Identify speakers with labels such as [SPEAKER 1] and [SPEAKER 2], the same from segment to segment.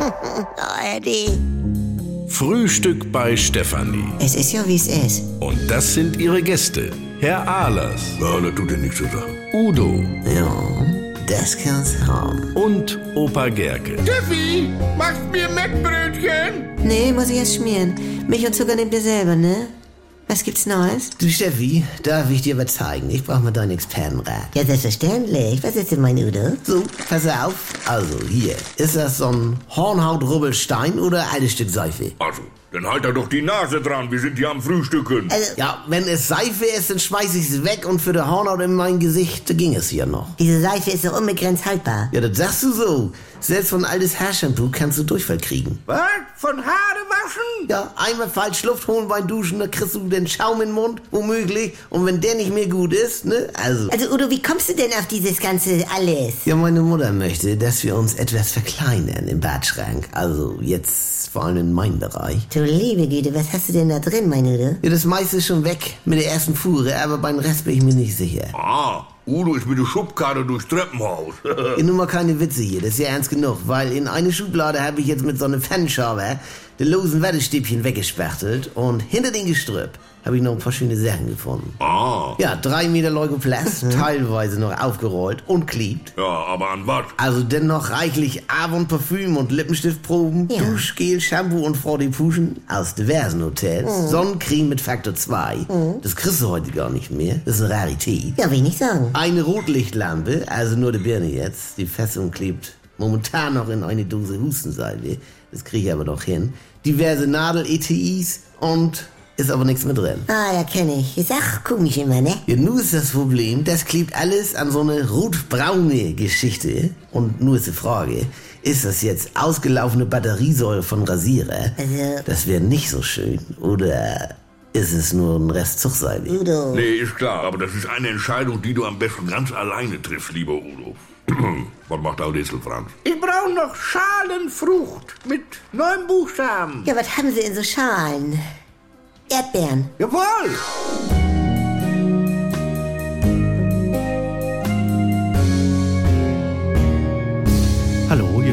[SPEAKER 1] oh, Eddie.
[SPEAKER 2] Frühstück bei Stefanie.
[SPEAKER 1] Es ist ja, wie es ist.
[SPEAKER 2] Und das sind ihre Gäste. Herr Ahlers.
[SPEAKER 3] Ja, das tut dir nichts zu sagen.
[SPEAKER 2] Udo
[SPEAKER 1] Ja, das kann's haben.
[SPEAKER 2] und Opa Gerke.
[SPEAKER 4] Steffi, machst mir Mettbrötchen?
[SPEAKER 1] Nee, muss ich erst schmieren. Milch und Zucker nehmt ihr selber, ne? Was gibt's Neues?
[SPEAKER 5] Du Steffi, darf ich dir was zeigen? Ich brauche mal deinen Expertenrat.
[SPEAKER 1] Ja, selbstverständlich. Was ist denn mein Udo?
[SPEAKER 5] So, pass auf. Also, hier. Ist das so ein Hornhautrubbelstein oder ein Stück Seife?
[SPEAKER 3] Also, dann halt da doch die Nase dran, wir sind hier am Frühstücken.
[SPEAKER 1] Also,
[SPEAKER 5] Ja, wenn es Seife ist, dann schmeiß ich sie weg und für die Hornhaut in mein Gesicht ging es hier noch.
[SPEAKER 1] diese Seife ist doch unbegrenzt haltbar.
[SPEAKER 5] Ja, das sagst du so. Selbst von altes Haarshampoo kannst du Durchfall kriegen.
[SPEAKER 4] Was? Von Haare waschen?
[SPEAKER 5] Ja, einmal falsch Luft holen beim Duschen, dann kriegst du den Schaum im Mund, womöglich. Und wenn der nicht mehr gut ist, ne, also...
[SPEAKER 1] Also, Udo, wie kommst du denn auf dieses ganze alles?
[SPEAKER 5] Ja, meine Mutter möchte, dass wir uns etwas verkleinern im Badschrank. Also jetzt vor allem in meinem Bereich.
[SPEAKER 1] Du liebe Güte, was hast du denn da drin, mein Udo?
[SPEAKER 5] Ja, das meiste ist schon weg mit der ersten Fuhre, aber beim Rest bin ich mir nicht sicher.
[SPEAKER 3] Ah, Udo ist mit der Schubkarre durchs Treppenhaus.
[SPEAKER 5] Ja, nur mal keine Witze hier, das ist ja ernst genug, weil in eine Schublade habe ich jetzt mit so einem Fanschaber die losen Wattestäbchen weggespachtelt und hinter den Gestrüpp habe ich noch ein paar schöne Sachen gefunden.
[SPEAKER 3] ah,
[SPEAKER 5] Ja, drei Meter Leukoplast, teilweise noch aufgerollt und klebt.
[SPEAKER 3] ja, aber an was?
[SPEAKER 5] Also dennoch reichlich Avon-Parfüm und Lippenstiftproben,
[SPEAKER 1] Ja.
[SPEAKER 5] Duschgel, Shampoo und Frau Puschen aus diversen Hotels, Sonnencreme mit Faktor 2. Das kriegst du heute gar nicht mehr. Das ist eine Rarität.
[SPEAKER 1] Ja, will ich nicht sagen.
[SPEAKER 5] Eine Rotlichtlampe, also nur die Birne jetzt. Die Fessung klebt momentan noch in eine Dose Hustensalbe. Das kriege ich aber noch hin. Diverse Nadel-ETIs und ist aber nichts mehr drin.
[SPEAKER 1] Ah, ja, kenn ich. Ist auch komisch immer, ne?
[SPEAKER 5] Ja, nur ist das Problem, das klebt alles an so eine rotbraune Geschichte. Und nur ist die Frage, ist das jetzt ausgelaufene Batteriesäure von Rasierer?
[SPEAKER 1] Also-
[SPEAKER 5] Das wäre nicht so schön. Oder ist es nur ein Rest Zuchsalbe?
[SPEAKER 1] Udo.
[SPEAKER 3] Nee, ist klar, aber das ist eine Entscheidung, die du am besten ganz alleine triffst, lieber Udo. was macht der Rätsel, Franz?
[SPEAKER 4] Ich brauche noch Schalenfrucht mit neun Buchstaben.
[SPEAKER 1] Ja, was haben sie in so Schalen? Erdbeeren.
[SPEAKER 4] Jawohl.
[SPEAKER 6] Hallo, hier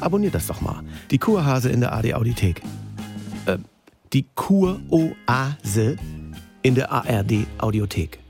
[SPEAKER 6] Abonniert das doch mal. Die Kurhase in der AD Audiothek. Äh, die Kuroase in der ARD Audiothek.